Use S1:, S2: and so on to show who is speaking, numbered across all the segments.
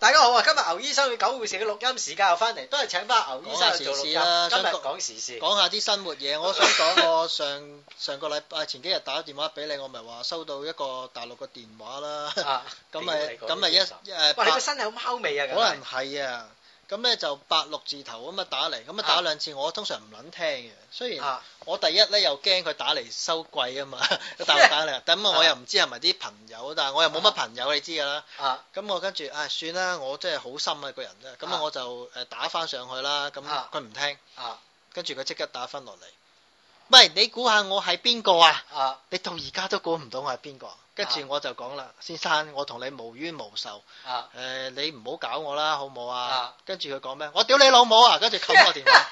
S1: 大家好啊！今日牛醫生與狗護士嘅錄音時間又翻嚟，都係請翻牛醫生去做錄
S2: 講下時
S1: 音。
S2: 事啦
S1: 今日
S2: 想講
S1: 講時事，
S2: 講下啲生活 嘢，我想講我上上個禮拜前幾日打電話俾你，我咪話收到一個大陸嘅電話啦，
S1: 啊，
S2: 咁咪
S1: 屌你個
S2: 咁咪一
S1: 老實
S2: 誒
S1: 哇！你個
S2: 八
S1: 身有貓味啊，
S2: 可
S1: 梗係
S2: 能係啊，咁咧就八六字頭咁啊打嚟，咁啊打兩次，我通常唔撚聽嘅，雖然
S1: 啊
S2: 我第一咧又驚佢打嚟收貴 啊嘛，大陸打嚟，咁啊我又唔知係咪啲朋友，但係我又冇乜朋友，你知㗎啦。
S1: 啊
S2: 咁我跟住，唉、算啦，我真係好心啊個人啫。咁
S1: 啊
S2: 啊，我就誒打翻上去啦。咁
S1: 啊
S2: 佢唔聽，
S1: 啊
S2: 跟住佢即刻打翻落嚟。喂，你估下我係邊個啊？
S1: 啊
S2: 你到而家都估唔到我係邊個。跟
S1: 啊
S2: 住我就講啦，先生，我同你無冤無仇，
S1: 啊！
S2: 誒、你唔好搞我啦，好唔好啊
S1: 啊？
S2: 跟住佢講咩？我屌你老母啊！跟住冚我 電話。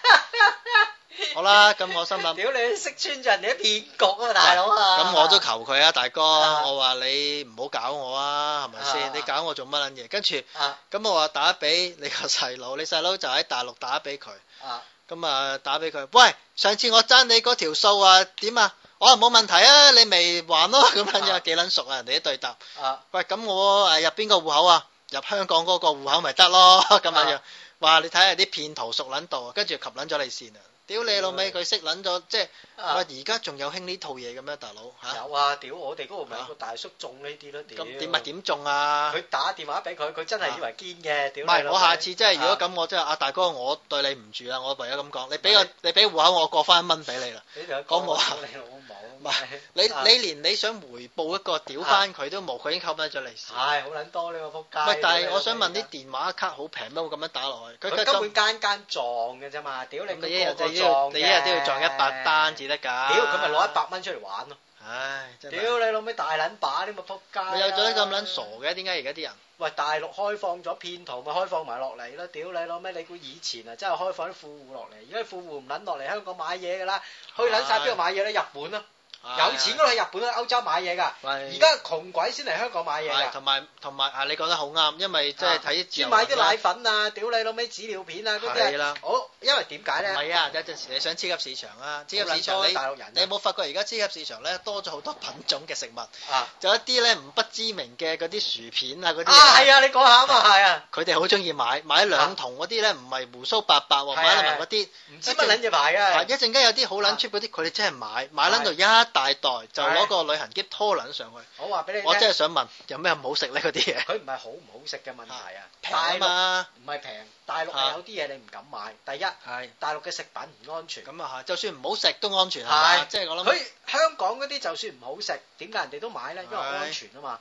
S2: 好啦，咁我心諗。
S1: 屌你識穿咗人哋啲騙局啊，大佬啊！
S2: 咁我都求佢啊，大哥，
S1: 啊
S2: 我話你唔好搞我啊，係咪
S1: 啊
S2: 先？你搞我做乜撚嘢？跟住
S1: 啊
S2: 咁我話打俾你個細佬，你細佬就喺大陸打俾佢，
S1: 啊
S2: 咁啊打俾佢，喂，上次我爭你嗰條數啊，點啊？我話冇問題啊，你咪還咯， 咁樣
S1: 啊
S2: 樣幾撚熟啊？人哋啲對答，
S1: 啊
S2: 喂，咁我誒入邊個戶口啊？入香港嗰個戶口咪得咯， 咁樣
S1: 啊
S2: 樣。哇！你睇下啲騙徒熟撚到啊，跟住及撚咗你線啊！屌你老味，佢識撚咗，即係喂，
S1: 嗯啊！
S2: 而家仲有興呢套嘢嘅咩，大佬嚇？
S1: 有啊！屌我哋嗰度咪有個大叔中呢啲咯，屌！
S2: 咁點咪？點中啊？
S1: 佢打電話俾佢，佢真係以為堅嘅，
S2: 唔
S1: 屌你
S2: 係
S1: 老
S2: 我
S1: 味
S2: 下次真係如果
S1: 啊
S2: 咁，我真係啊大哥，我對你唔住啦，我唯有咁講，你俾
S1: 係
S2: 個你俾户口我過翻一蚊俾你啦。
S1: 你同佢
S2: 講
S1: 講
S2: 我啊
S1: 啊，你老母，
S2: 唔係你你連你想回報一個屌翻佢都冇，佢已經扣翻咗利是。
S1: 唉，好撚多呢個仆街。
S2: 喂，但係我想
S1: 屌
S2: 問
S1: 你老味
S2: 啲電話卡好平咩？會咁樣打落去？佢
S1: 佢
S2: 佢
S1: 根
S2: 咁
S1: 本間間撞嘅啫嘛，屌你
S2: 咁
S1: 佢
S2: 你一日
S1: 個
S2: 就
S1: 個
S2: 要
S1: 撞
S2: 你一日都要撞一百單
S1: 屌
S2: 至得㗎。
S1: 佢咪攞一。百蚊出嚟玩咯，
S2: 唉，真係。
S1: 屌你老味大撚把呢個撲街。
S2: 你有咗咁撚傻？嘅，點解而家啲人？
S1: 喂，大陸開放咗騙徒咪開放埋落嚟咯，屌你老味！你估以前啊真係開放啲富戶落嚟，而家啲富戶唔撚落嚟香港買嘢㗎啦，去撚晒邊度買嘢咧？日本咯，有錢嗰度去日本去歐洲買嘢㗎，
S2: 喂
S1: 而家窮鬼先嚟香港買嘢
S2: 係
S1: 㗎。
S2: 同埋同埋啊，你講得好啱，因為即係睇自
S1: 專
S2: 由
S1: 買啲
S2: 行啦
S1: 奶粉啊，屌你老味紙尿片啊嗰
S2: 係
S1: 啲啊
S2: 啦，
S1: 我因為點解
S2: 唔
S1: 咧？
S2: 係啊，有陣時你想超級市場啊，超級市
S1: 好
S2: 場
S1: 撚多
S2: 你
S1: 大陸人啊
S2: 你有冇發覺而家超級市場咧多咗好多品種嘅食物，
S1: 啊！
S2: 就有一啲咧唔不知名嘅嗰啲薯片啊嗰啲
S1: 啊，係
S2: 啊，
S1: 啊，你講下啊嘛，係啊，
S2: 佢哋好中意買買兩桶嗰啲咧，唔係胡鬚白白
S1: 係
S2: 喎，
S1: 啊
S2: 買埋嗰啲，
S1: 唔知乜撚嘢牌
S2: 啊
S1: 嘅，
S2: 一陣間有啲好
S1: 啊
S2: 撚 cheap 嗰啲，佢哋真係買買撚到一大袋，就攞個旅行篋拖撚上去。
S1: 我話俾你聽
S2: 我，真係想問，有咩唔好食咧嗰啲嘢？
S1: 佢唔係好唔好食嘅問題啊，
S2: 平
S1: 大
S2: 啊
S1: 陸
S2: 嘛，
S1: 唔係平，大陸係
S2: 啊
S1: 有啲嘢你唔敢買，第一
S2: 係
S1: 大陸嘅食品唔安全，
S2: 咁啊係，就算唔好食都安全係嘛？
S1: 係
S2: 即係我諗
S1: 佢香港嗰啲就算唔好食，點解人哋都買咧？因為
S2: 係
S1: 安全啊嘛。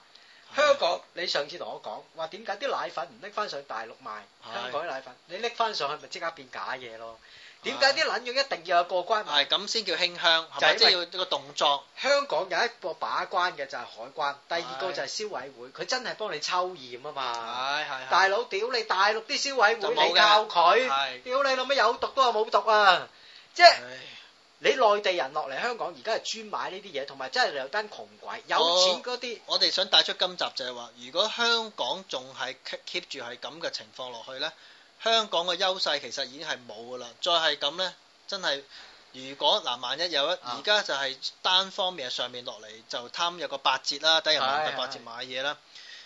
S1: 香港，你上次同我講話點解啲奶粉唔拎翻上大陸賣？
S2: 係
S1: 香港啲奶粉，你拎翻上去咪即刻變假嘢咯？點解啲撚樣一定要有過關買？
S2: 係咁先叫輕香，係
S1: 就係因
S2: 咪
S1: 為
S2: 即係要個動作？
S1: 香港有一個把關嘅就係海關，第二個就係消委會，佢真係幫你抽驗啊嘛。
S2: 係係
S1: 大佬屌你！大陸啲消委
S2: 就
S1: 會
S2: 冇嘅
S1: 你教佢，
S2: 係
S1: 屌你老味有毒都話冇毒啊！即係
S2: 唉
S1: 你內地人落嚟香港，而家係專買呢啲嘢，同埋真係有單窮鬼有錢嗰啲
S2: 我哋想帶出今集就係話，如果香港仲係 keep- keep 住係咁嘅情況落去呢，香港嘅優勢其實已經係冇噶啦。再係咁呢，真係如果嗱，萬一有一
S1: 啊
S2: 而家就係單方面上面落嚟就貪有個八折啦，低人民
S1: 係
S2: 幣八折
S1: 係
S2: 買嘢啦。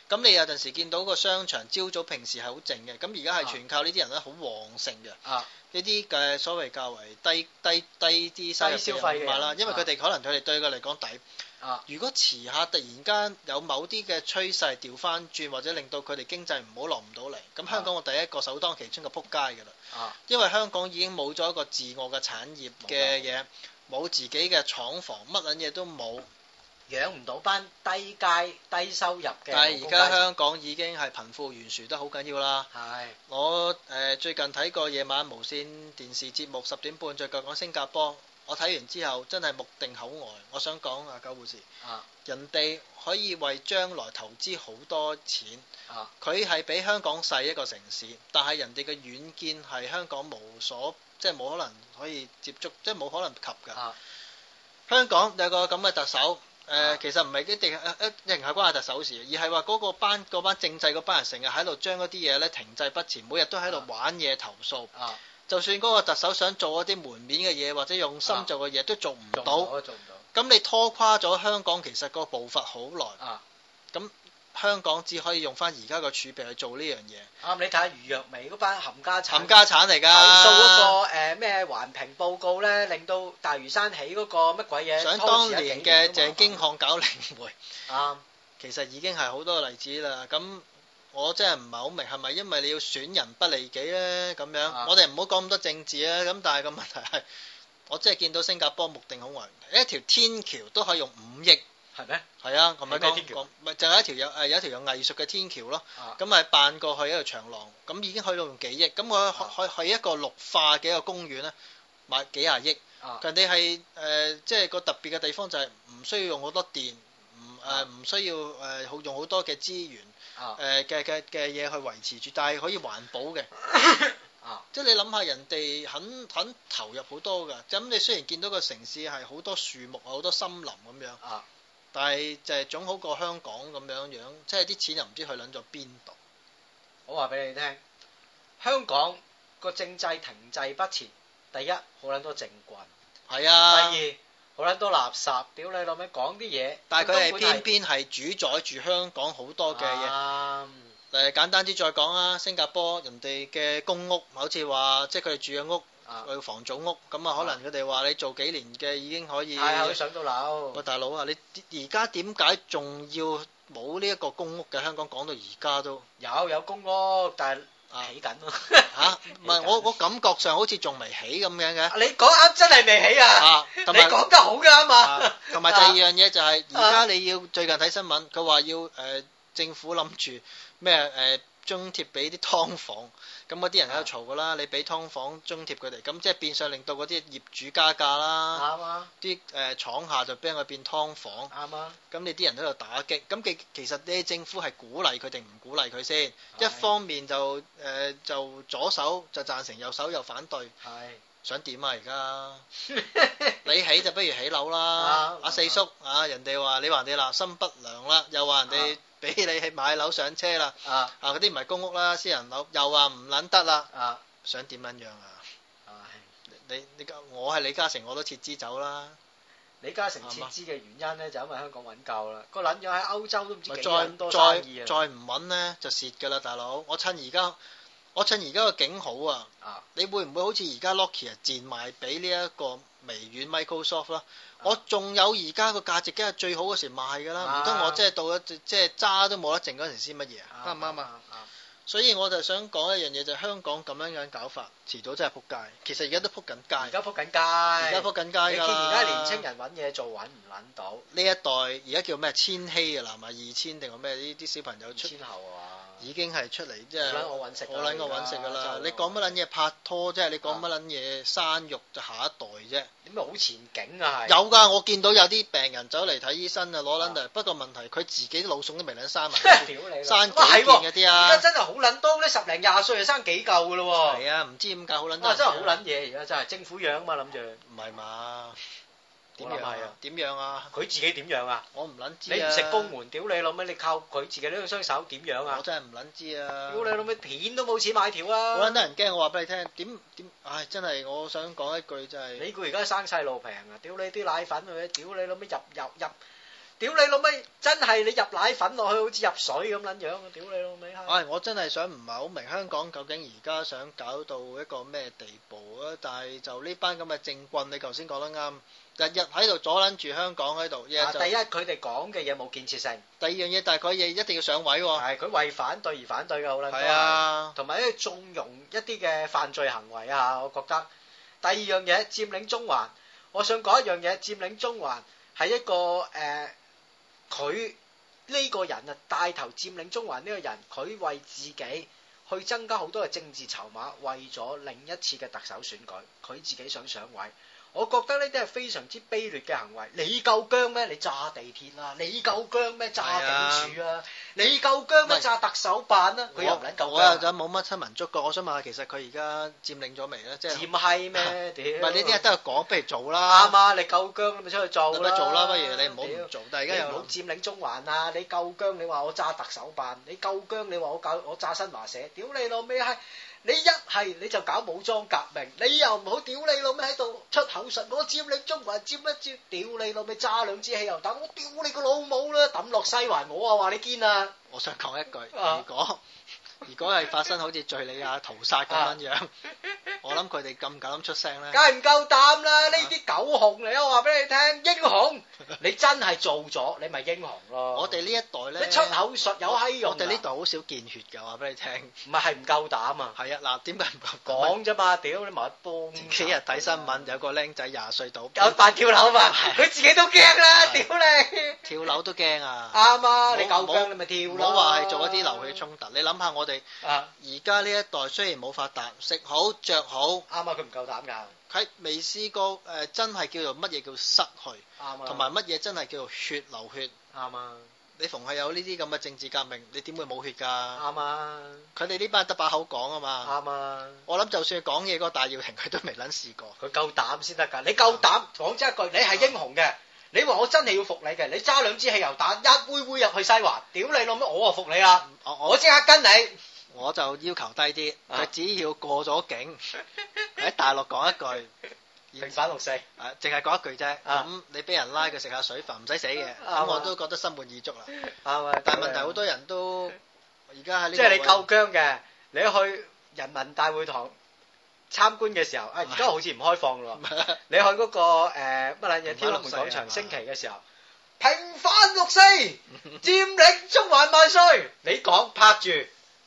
S2: 咁你有陣時見到個商場朝早平時係好靜嘅，咁而家係
S1: 啊
S2: 全靠呢啲人咧好旺盛嘅。
S1: 啊
S2: 呢啲嘅所謂較為低低低啲收入
S1: 低消費嘅
S2: 人買啦，
S1: 人
S2: 因為佢哋可能佢哋對佢嚟講抵。
S1: 啊
S2: 如果遲下突然間有某啲嘅趨勢調翻轉，或者令到佢哋經濟唔好落唔到嚟，咁香港我第一個首當其衝嘅撲街㗎啦。
S1: 啊！
S2: 因為香港已經冇咗一個自我嘅產業嘅嘢，冇自己嘅廠房，乜撚嘢都冇。
S1: 養唔到班低階低收入嘅勞工階層，
S2: 但係而家香港已經係貧富懸殊得好緊要啦。
S1: 係
S2: 我誒、呃最近睇過夜晚無線電視節目十點半，再講講新加坡。我睇完之後真係目定口呆。我想講啊，九護士，
S1: 啊
S2: 人哋可以為將來投資好多錢，
S1: 啊
S2: 佢係比香港細一個城市，但係人哋嘅遠見係香港無所，即係冇可能可以接觸，即係冇可能及㗎。
S1: 啊
S2: 香港有個咁嘅特首，誒、
S1: 啊
S2: 其實唔係一定係一一定係關係特首事，而係話嗰個班嗰班政制嗰班人成日喺度將嗰啲嘢咧停滯不前，每日都喺度
S1: 啊
S2: 玩嘢投訴。
S1: 啊！
S2: 就算嗰個特首想做一啲門面嘅嘢，或者用心
S1: 啊
S2: 做嘅嘢，都做唔
S1: 做唔
S2: 到。
S1: 到，做唔到
S2: 咁你拖垮咗香港其實個步伐好耐。
S1: 啊！
S2: 香港只可以用翻而家個儲備去做呢樣嘢，
S1: 啱你睇下余若薇嗰班冚家產
S2: 冚。家產嚟㗎。
S1: 投訴嗰、個呃咩、環評報告咧，令到大嶼山起嗰個乜鬼嘢？
S2: 想當
S1: 當
S2: 年嘅鄭經翰搞領匯，
S1: 啱
S2: 其實已經係好多例子啦。咁我真係唔係好明係咪因為你要選人不利己咧咁樣？
S1: 啊
S2: 我哋唔好講咁多政治啊。咁但係個問題係，我真係見到新加坡目定口呆，一條天橋都可以用五億。
S1: 係咩？
S2: 係啊，我咪
S1: 係咩
S2: 講
S1: 天橋
S2: 講，咪就係一條有誒有一條有藝術嘅天橋咯
S1: 啊。
S2: 咁咪扮過去一條長廊，咁已經去到用幾億。咁
S1: 啊
S2: 我去去去一個綠化嘅一個公園咧，買幾廿億。
S1: 啊
S2: 人哋係誒，即係個特別嘅地方就係唔需要用好多電，唔誒
S1: 啊
S2: 唔需要誒好用好多嘅資源
S1: 啊
S2: 誒嘅嘅嘅嘢去維持住，但係可以環保嘅。
S1: 啊
S2: 即係你諗下，人哋肯肯投入好多㗎。咁你雖然見到個城市係好多樹木啊，好多森林咁樣，
S1: 啊！
S2: 但係就係總好過香港咁樣樣，即係啲錢又唔知去撚咗邊度。
S1: 我話俾你聽，香港個政制停滯不前。第一，好撚多政棍；
S2: 係
S1: 第
S2: 啊，
S1: 二，好撚多垃圾。屌你老味，講啲嘢，
S2: 但係佢
S1: 根
S2: 係
S1: 本
S2: 偏偏係主宰住香港好多嘅嘢。
S1: 啱
S2: 誒簡單啲再講啊，新加坡人哋嘅公屋，好似話即係佢哋住嘅屋，
S1: 啊
S2: 佢房祖屋，咁啊可能佢哋話你做幾年嘅已經可以。
S1: 太口上到樓
S2: 喂，。大佬啊，你而家點解仲要冇呢一個公屋嘅？香港講到而家都
S1: 有有公屋，但係
S2: 啊
S1: 起緊咯。
S2: 吓，唔係我我感覺上好似仲未起咁樣 嘅
S1: 你講啱真係未起啊！
S2: 啊，
S1: 你
S2: 同埋。
S1: 講得好㗎啱嘛
S2: 啊！同埋第二樣嘢就係而家你要最近睇新聞，佢話要誒、呃政府諗住咩誒津貼俾啲劏房，咁嗰啲人喺度嘈噶啦，你俾劏房津貼佢哋，咁即係變相令到嗰啲業主加價啦，
S1: 啱啊
S2: 啲誒、呃、廠下就俾佢變劏房，
S1: 啱啊！
S2: 咁你啲人喺度打擊，咁其其實你政府係鼓勵佢定唔鼓勵佢先？一方面就誒、呃就左手就贊成，右手又反對，
S1: 係。
S2: 想點啊而家？你起就不如起樓啦
S1: 啊，
S2: 阿四叔啊，人哋話你話人哋立心不良啦，又話人哋俾你去買樓上車啦，
S1: 啊
S2: 啊嗰啲唔係公屋啦，私人樓又話唔撚得啦，
S1: 啊！
S2: 想點撚樣啊？
S1: 唉
S2: 你你我係李嘉誠，我都撤資走啦，
S1: 李嘉
S2: 啊
S1: 誠撤資嘅原因咧，就因為香港揾夠啦。個撚樣喺歐洲都唔知
S2: 咪
S1: 幾
S2: 再
S1: 撚多
S2: 再
S1: 生意
S2: 再
S1: 啊！
S2: 唔揾呢，就蝕㗎啦，大佬，我趁而家我趁而家個景好啊
S1: 啊，
S2: 你會唔會好似而家 Nokia 賤賣俾呢一個微軟 Microsoft 啦？我仲有而家個價值，梗係最好嗰時賣㗎啦，唔通
S1: 啊啊
S2: 我即係到咗即係渣都冇得剩嗰陣時先乜嘢啊？啱唔啱啊？？所以我就想講一樣嘢，就係香港咁樣樣搞法，遲早真係撲街。其實而家都撲緊
S1: 而
S2: 街，
S1: 家撲緊
S2: 而家
S1: 街。
S2: 撲緊
S1: 你
S2: 街
S1: 見
S2: 㗎啦。
S1: 而家年青人揾嘢做揾唔撚到，
S2: 呢一代而家叫咩千禧㗎啦，係咪二千定係咩？呢啲小朋友
S1: 二
S2: 出
S1: 千後啊！
S2: 已經係出嚟即
S1: 我
S2: 係
S1: 撚。我揾食㗎，
S2: 我撚我揾食㗎
S1: 而家
S2: 啦！
S1: 真係
S2: 你講乜撚嘢拍拖啫？你講乜撚嘢生育就下一代啫？
S1: 你咪好前景啊？係
S2: 有㗎，我見到有啲病人走嚟睇醫生啊，攞撚嚟。不過問題佢自己老餸都未撚生埋，
S1: 屌你啦！
S2: 生
S1: 哇
S2: 幾
S1: 係喎，
S2: 件嗰啲
S1: 而家
S2: 啊。
S1: 真係好撚多，啲十零廿歲就生幾嚿㗎咯喎！
S2: 係啊，唔知點解好撚多
S1: 哦哇！
S2: 人
S1: 真係好撚嘢，而家真係政府養嘛諗住，
S2: 唔係嘛？點
S1: 我諗
S2: 樣
S1: 係
S2: 啊
S1: 啊？
S2: 點樣啊？
S1: 佢自己點養啊？
S2: 我唔撚知
S1: 你
S2: 啊！
S1: 唔食公門，屌你老味！你靠佢自己呢雙手點養啊
S2: 我？真係唔撚知啊！
S1: 屌你老味，片都冇錢買條
S2: 好撚
S1: 啊！
S2: 得人驚，我話俾你聽，點點唉，真係我想講一句就係
S1: 你估而家生細路平啊？屌你啲奶粉去，屌你老味入入入，屌你老味真係你入奶粉落去好似入水咁撚樣啊！屌你老味
S2: 唉，我真係想唔係好明香港究竟而家想搞到一個咩地步啊！但係就呢班咁嘅政棍，你頭先講得啱，日日喺度阻撚住香港喺度，日日
S1: 啊！
S2: 就
S1: 第一佢哋講嘅嘢冇建設性，
S2: 第二樣嘢，但係佢嘢一定要上位喎。
S1: 係佢為反對而反對嘅好撚多
S2: 哦係，啊，
S1: 同埋咧縱容一啲嘅犯罪行為啊！我覺得第二樣嘢佔領中環，我想講一樣嘢，佔領中環係一個誒佢呢個人啊帶頭佔領中環呢個人，佢為自己去增加好多嘅政治籌碼，為咗另一次嘅特首選舉，佢自己想上位。我覺得呢啲係非常之卑劣嘅行為。你夠姜咩？你炸地鐵啦、你夠姜咩？炸警署啊！你夠姜咩？
S2: 喂
S1: 炸特首辦啦、佢又唔撚
S2: 我
S1: 夠
S2: 我又
S1: 姜
S2: 就。冇乜親民觸覺，我想問下，其實佢而家佔領咗未咧？即係
S1: 佔閪咩？屌！
S2: 唔係呢啲都係講，不如做啦
S1: 啱，啊！你夠姜你咪出去做
S2: 有
S1: 啦，
S2: 得做啦，不如你唔好
S1: 屌
S2: 唔做。但係而
S1: 你
S2: 家
S1: 唔好
S2: 又
S1: 佔領中環啊！你夠姜，你話我炸特首辦；你夠姜，你話我搞我炸新華社。屌你老味閪！你一係你就搞武裝革命，你又唔好屌你老味喺度出口術，我佔領中環佔一佔，屌你老味揸兩支汽油彈，我屌你個老母啦！抌落西環我啊話你堅啊！單，
S2: 我想講一句，
S1: 啊
S2: 如果如果係發生好似敍利亞屠殺咁樣樣，我諗佢哋咁唔敢出聲
S1: 梗
S2: 咧。
S1: 係唔夠膽啦！呢啲狗熊嚟，我話俾你聽，英雄，你真係做咗，你咪英雄咯。
S2: 我哋呢一代
S1: 你
S2: 咧，
S1: 出口術有閪用㗎，啊
S2: 我哋呢度好少見血㗎，話俾你聽。
S1: 唔係係唔夠膽啊！
S2: 係啊，嗱，點解唔敢講？
S1: 講啫嘛，屌你咪幫。
S2: 幾日睇新聞，有個僆仔廿歲到，
S1: 有扮跳樓嘛？
S2: 係
S1: 佢自己都驚啦，屌
S2: 係
S1: 你！
S2: 跳樓都驚啊！
S1: 啱啊！
S2: 冇
S1: 你夠
S2: 冇
S1: 姜你咪跳
S2: 唔
S1: 咯。
S2: 好話係做一啲流血衝突，你諗下我哋
S1: 啊！
S2: 而家呢一代雖然冇發達，食好着好，
S1: 啱啊！佢唔夠膽㗎，啱
S2: 佢未試過誒、呃真係叫做乜嘢叫失去，
S1: 啊！
S2: 同埋乜嘢真係叫做血流血。
S1: 啱啊！
S2: 你逢係有呢啲咁嘅政治革命，你點會冇血㗎？
S1: 啱啊！
S2: 佢哋呢班得把口講啊嘛。
S1: 啱啊！
S2: 我諗就算講嘢嗰個戴耀廷，佢都未撚試過。
S1: 佢夠膽先得㗎，你夠膽講真一句，你係英雄嘅。你話我真係要服你嘅，你揸兩支汽油彈一灰灰入去西環，屌你老母，我啊服你啦！
S2: 我我
S1: 我即刻跟你，
S2: 我就要求低啲，
S1: 啊
S2: 佢只要過咗境 喺大陸講一句，
S1: 平反六四，
S2: 誒淨係講一句啫。
S1: 啊
S2: 咁你俾人拉佢食下水飯，唔使死嘅。
S1: 啱啊
S2: 咁我都覺得心滿意足啦。
S1: 啱啊！
S2: 但係問題好多人都而家喺呢個
S1: 即係你
S2: 位
S1: 夠姜嘅，你去人民大會堂參觀嘅時候，啊而家好似唔開放咯。你去嗰、個誒乜撚嘢天安門廣場升旗嘅時候，平反六四，佔領中環萬歲！你講拍住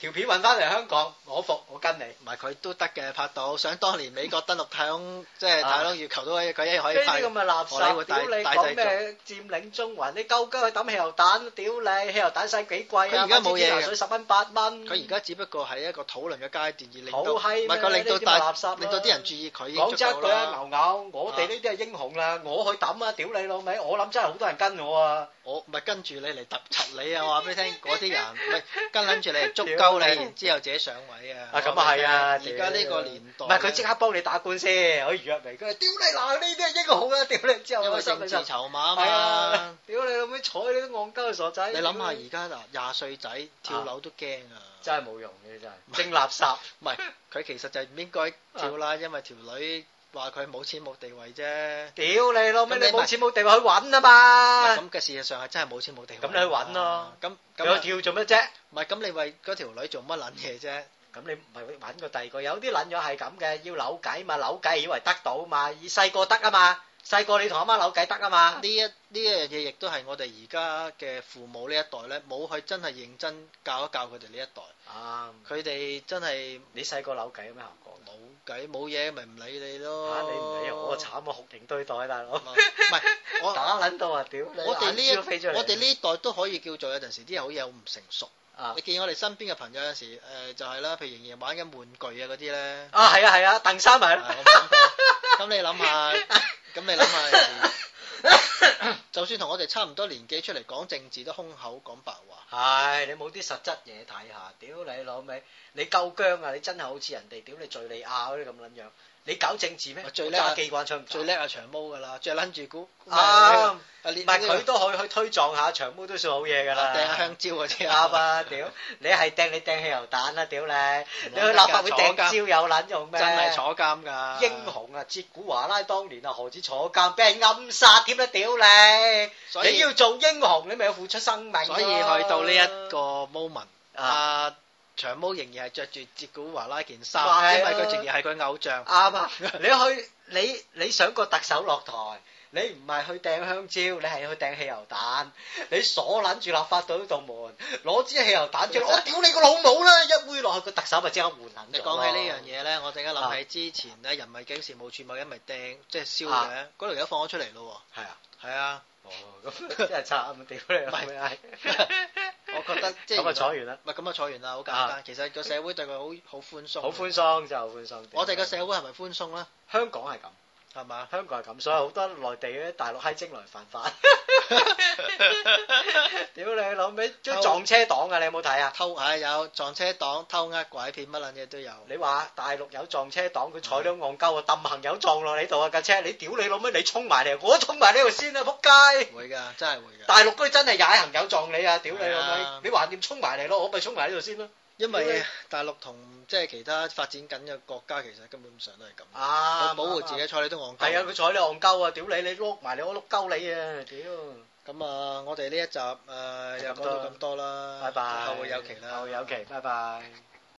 S1: 條片運翻嚟香港，我服我跟你。
S2: 唔係佢都得嘅，拍到。想當年美國登陸太空，即係太空月球都可以，佢一樣可
S1: 啊呢
S2: 以
S1: 啲
S2: 拍
S1: 咁。嘅垃
S2: 我哋
S1: 圾，
S2: 會
S1: 屌
S2: 大
S1: 你
S2: 大
S1: 講
S2: 製作
S1: 咩佔領中環？你鳩鳩去抌汽油彈，屌你！汽油彈使幾貴啊？
S2: 佢而家冇嘢嘅
S1: 買支蒸餾水十蚊八蚊。
S2: 佢而家只不過係一個討論嘅階段，而令
S1: 好
S2: 到唔
S1: 閪咩
S2: 係佢
S1: 呢
S2: 令
S1: 啲
S2: 到
S1: 咪
S2: 大
S1: 垃圾咯
S2: 令到啲人注意佢已經
S1: 講
S2: 足
S1: 真一
S2: 夠
S1: 句啊，
S2: 啦。
S1: 牛牛，我哋呢啲係英雄啦，我去抌啊，屌你老味！我諗真係好多人跟我啊，
S2: 我咪跟住你嚟揼柒你啊！我話俾你聽，嗰啲人咪跟撚住你嚟捉鳩
S1: 屌
S2: 你，
S1: 你
S2: 然之後自己上位啊！
S1: 啊咁啊係啊，
S2: 我話俾你聽而家呢個年代
S1: 唔係佢即刻幫你打官司，可以約嚟，佢話屌你嗱呢啲係英雄啊，屌你之後
S2: 因
S1: 我
S2: 為
S1: 心
S2: 政
S1: 裏
S2: 治
S1: 就
S2: 籌碼啊
S1: 係
S2: 嘛
S1: 啊。，屌你老味，睬你都戇鳩傻仔，
S2: 你諗下
S1: 屌
S2: 而家嗱廿歲仔跳樓都驚啊！
S1: 真係冇用嘅真係，正垃圾，
S2: 唔係佢其實就唔應該跳啦，因為條女話佢冇錢冇地位啫。
S1: 屌你老味，
S2: 咁
S1: 你
S2: 你咪
S1: 冇錢冇地位去揾啊嘛，
S2: 咁嘅事實上係真係冇錢冇地位。
S1: 咁你去揾咯。
S2: 咁
S1: 咁我
S2: 咁
S1: 跳做乜啫？
S2: 唔係咁，你為嗰條女做乜撚嘢啫？
S1: 咁你唔係揾個第二個，有啲撚咗係咁嘅，要扭計嘛，扭計以為得到嘛，以細個得啊嘛，細個你同阿媽扭計得啊嘛，
S2: 呢一呢一樣嘢，亦都係我哋而家嘅父母呢一代咧，冇去真係認真教一教佢哋呢一代。
S1: 啊，
S2: 佢哋真係
S1: 你細個扭計
S2: 啊
S1: 有咩效果？
S2: 冇計冇嘢，咪唔理你咯。
S1: 嚇你唔理我慘啊，酷刑對待大佬，
S2: 唔係我
S1: 打撚到啊屌！
S2: 我哋呢一
S1: 飛出嚟，
S2: 我哋呢一代都可以叫做有陣時啲人好嘢好唔成熟。
S1: 啊
S2: 你見我哋身邊嘅朋友有陣時誒、就係啦，譬如仍然玩緊玩具啊嗰啲咧。
S1: 啊係啊係啊，鄧生咪
S2: 係我冇諗過咁你諗下，咁你諗下有陣 時，就算同我哋差唔多年紀出嚟講政治都空口講白話。
S1: 係你冇啲實質嘢睇下，屌你老味，你夠姜啊！你真係好似人哋屌你敘利亞嗰啲咁撚樣，你搞政治咩？
S2: 咪最
S1: 我
S2: 叻
S1: 揸機關槍唔搞
S2: 最叻啊長毛㗎啦，最撚住股
S1: 啊！
S2: 唔
S1: 唔係佢都可以去推撞下長毛都算好嘢㗎啦。
S2: 掟下香蕉嗰啲
S1: 啱啊！屌，你係掟你掟汽油彈啦，屌你！你去
S2: 得㗎
S1: 立法會掟
S2: 坐監
S1: 蕉有撚用咩？
S2: 真係坐監㗎。
S1: 英，雄啊！捷古華拉當年啊，何止坐監，俾人暗殺添啦！屌你！
S2: 所
S1: 你
S2: 以
S1: 要做英雄，你咪要付出生命咯。
S2: 所以去到呢一個 moment，
S1: 啊
S2: 啊長毛仍然係着住哲古華拉件衫
S1: 咪係，
S2: 因為
S1: 咯
S2: 佢仍然係佢偶像。
S1: 啱啊！ 你去你你想個特首落台，你唔係去掟香蕉，你係去掟汽油彈，你鎖撚住立法會嗰道門，攞支汽油彈出嚟，我屌你個老母啦！一揮落去個特首咪即刻換撚
S2: 你
S1: 咗
S2: 講起呢樣
S1: 咯。
S2: 嘢咧，我突然間諗起之前咧，人民警事務處某人咪掟即係燒嘅
S1: 啊，
S2: 嗰條友放咗出嚟 咯
S1: 係啊，
S2: 喎。係啊，
S1: 哦，咁 真係慘啊！屌你老味，係
S2: 我覺得即係
S1: 咁啊，坐完啦，
S2: 唔係咁啊，坐完啦，好簡單。其實個社會對佢好好寬鬆。
S1: 好寬。鬆就好寬鬆。
S2: 我哋個社會係咪寬鬆咧？
S1: 香港係咁，
S2: 係嘛？
S1: 香港係咁，所以好多內地嗰啲大陸閪精來 犯法。屌你老味，即係撞車黨啊！你有冇睇啊？
S2: 偷唉有撞車黨、偷呃拐騙乜撚嘢都有。
S1: 你話大陸有撞車黨，佢睬到戇鳩啊，揼行有撞落你度啊架車，你屌你老咩？你衝埋嚟，我衝埋呢度先啊，仆街！
S2: 會㗎，真係會㗎。
S1: 大陸嗰啲真係踩行有撞你啊，屌你老
S2: 係
S1: 味
S2: 啊！
S1: 你橫掂衝埋嚟咯，我咪衝埋呢度先咯。
S2: 因為大陸同即係其他發展緊嘅國家，其實根本上都係咁。
S1: 啊，
S2: 佢保護自己，睬你都戇鳩。
S1: 係啊，佢睬你戇鳩啊，屌你，你碌埋你，我碌鳩你啊，屌！
S2: 咁啊，我哋呢一集誒、呃又講到咁多啦，
S1: 拜拜。
S2: 後會有期啦。
S1: 後會有期，拜拜。